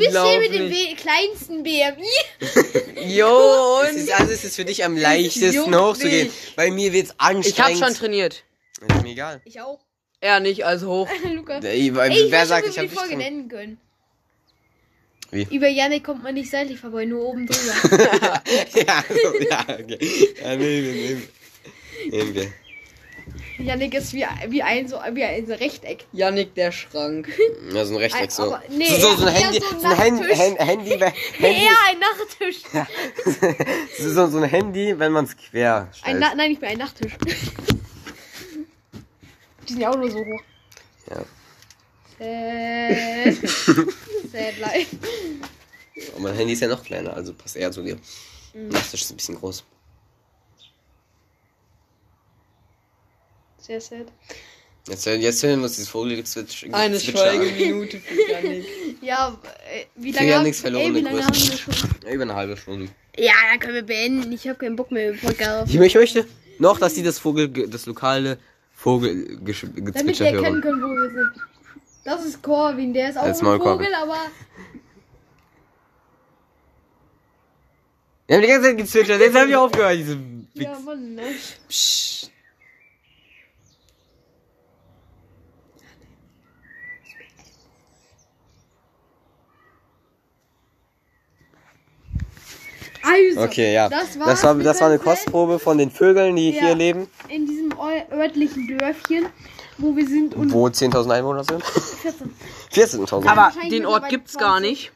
Speaker 6: hier
Speaker 5: glaub
Speaker 6: mit dem
Speaker 5: nicht.
Speaker 6: we- kleinsten BMI.
Speaker 5: Jo,
Speaker 4: Es ist, also es ist für dich am leichtesten
Speaker 5: juckt
Speaker 4: hochzugehen.
Speaker 5: mich.
Speaker 4: Bei mir wird's anstrengend.
Speaker 5: ich hab schon trainiert.
Speaker 4: Ist mir egal.
Speaker 6: Ich auch.
Speaker 5: Er nicht, also hoch.
Speaker 6: Lukas.
Speaker 4: Ey, weil-
Speaker 6: Ey, ich
Speaker 4: wer
Speaker 6: weiß
Speaker 4: sagt,
Speaker 6: schon, wie
Speaker 4: ich
Speaker 6: wir
Speaker 4: hab
Speaker 6: die Folge
Speaker 4: nicht
Speaker 6: nennen können.
Speaker 4: Wie?
Speaker 6: Über Yannick kommt man nicht seitlich vorbei, nur oben drüber.
Speaker 4: Ja, so, ja, okay. Ja, nehmen wir, nehmen wir. Nehmen wir.
Speaker 6: Yannick ist wie, wie, ein, so, wie ein Rechteck.
Speaker 5: Yannick, der Schrank.
Speaker 4: Ja, so ein Rechteck
Speaker 6: Ein-
Speaker 4: so.
Speaker 6: aber- nee,
Speaker 4: so, so, so ein
Speaker 6: eher
Speaker 4: Handy,
Speaker 6: so ein
Speaker 4: so ein Hand,
Speaker 6: Nachttisch.
Speaker 4: Hand, Handy, Handy,
Speaker 6: Eher ein Nachttisch.
Speaker 4: so, so ein Handy, wenn man es quer
Speaker 6: Ein
Speaker 4: stellt.
Speaker 6: Na Nein, nicht mehr, ein Nachttisch. Die sind ja auch nur so hoch.
Speaker 4: Ja.
Speaker 6: Äh, Sad. Sad life.
Speaker 4: Und mein Handy ist ja noch kleiner, also passt eher zu dir.
Speaker 6: Mhm.
Speaker 4: Nachttisch ist ein bisschen groß.
Speaker 6: Sehr sad.
Speaker 4: Jetzt, hören- jetzt hören wir uns diese Folie zwitsch-
Speaker 5: Eine
Speaker 4: zwitschern an.
Speaker 5: Schweigeminute für Yannick.
Speaker 6: Ja, äh, wie
Speaker 4: krieg
Speaker 6: lange,
Speaker 4: ja
Speaker 6: haben,
Speaker 4: nichts verloren,
Speaker 6: ey, wie
Speaker 4: der
Speaker 6: lange haben
Speaker 4: Größte.
Speaker 6: wir schon?
Speaker 4: Ja, Über eine halbe Stunde.
Speaker 6: Ja, dann können wir beenden. Ich habe keinen Bock mehr über Podcast.
Speaker 4: Ich möchte noch, dass sie das Vogel, das lokale
Speaker 6: Damit
Speaker 4: Vogelgezwitscher
Speaker 6: wir erkennen
Speaker 4: hören.
Speaker 6: können, wo wir sind. Das ist Corvin, der ist auch
Speaker 4: Als
Speaker 6: ein
Speaker 4: Maulkorb.
Speaker 6: Vogel, aber
Speaker 4: Wir haben die ganze Zeit gezwitschert, jetzt haben wir aufgehört, diese Wichs.
Speaker 6: ja, Mann, ne? Also,
Speaker 4: Okay, ja.
Speaker 6: Das war,
Speaker 4: das war, das war eine Kostprobe von den Vögeln, die
Speaker 6: Ja.
Speaker 4: hier leben,
Speaker 6: In diesem eu- örtlichen Dörfchen, wo wir sind und
Speaker 4: wo 10.000 Einwohner sind.
Speaker 6: 14.
Speaker 4: 14.000.
Speaker 5: Aber
Speaker 6: Wahrscheinlich
Speaker 5: den
Speaker 6: mittlerweile
Speaker 5: Ort gibt's gar
Speaker 6: 20.
Speaker 5: nicht.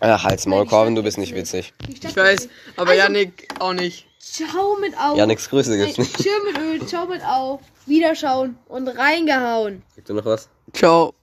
Speaker 4: Ach, halt's Maul, Corvin, du bist nicht witzig.
Speaker 6: Die Stadt
Speaker 5: Ich weiß, aber
Speaker 6: Also-
Speaker 5: Yannick auch nicht.
Speaker 6: Ciao mit auf.
Speaker 4: Ja, nix Grüße
Speaker 6: Ey,
Speaker 4: gibt's nicht.
Speaker 6: Tschö mit Öl, ciao mit auf. Wiederschauen und reingehauen.
Speaker 4: Sagt du noch was?
Speaker 5: Ciao.